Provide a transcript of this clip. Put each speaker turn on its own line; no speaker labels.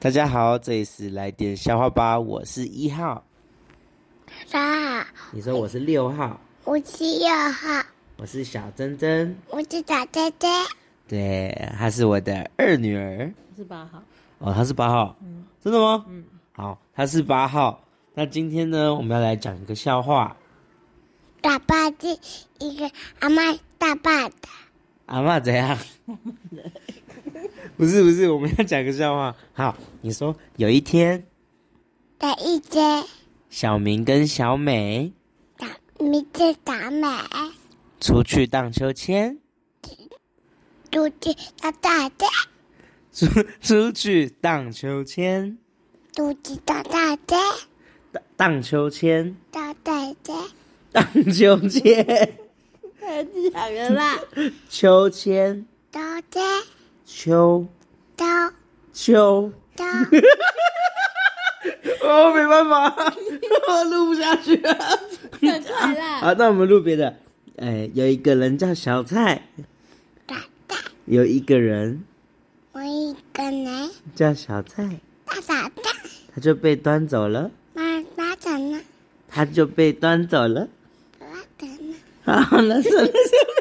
大家好，这里是来点笑话吧，我是一号。
爸，
你说我是六号，
我是六号，
我是小珍珍，
我是小呆呆，
对，她是我的二女儿。
是八号。
哦，她是八号，真的吗？嗯，好，她是八号。那今天呢，我们要来讲一个笑话。
爸爸是一个阿妈大爸的，
阿嬷怎样？不是不是，我们要讲个笑话。好，你说有一天，
的一只
小明跟小美
大名字达美，
出去荡秋千，
肚子大大的，
出出去荡秋千，
肚子大大的，
荡荡秋千，
大大的，
荡秋千，
太吓人啦！
秋千，
刀的
秋
刀
秋。
刀，
哦，没办法， 我录不下去了。
很快啦！
好，那我们录别的。哎，有一个人叫小蔡，
大大，
有一个人
我一个人
叫小蔡，
大傻大，
他就被端走了，
妈妈怎么？
他就被端走了。
爸爸怎么？
好，那算了算了。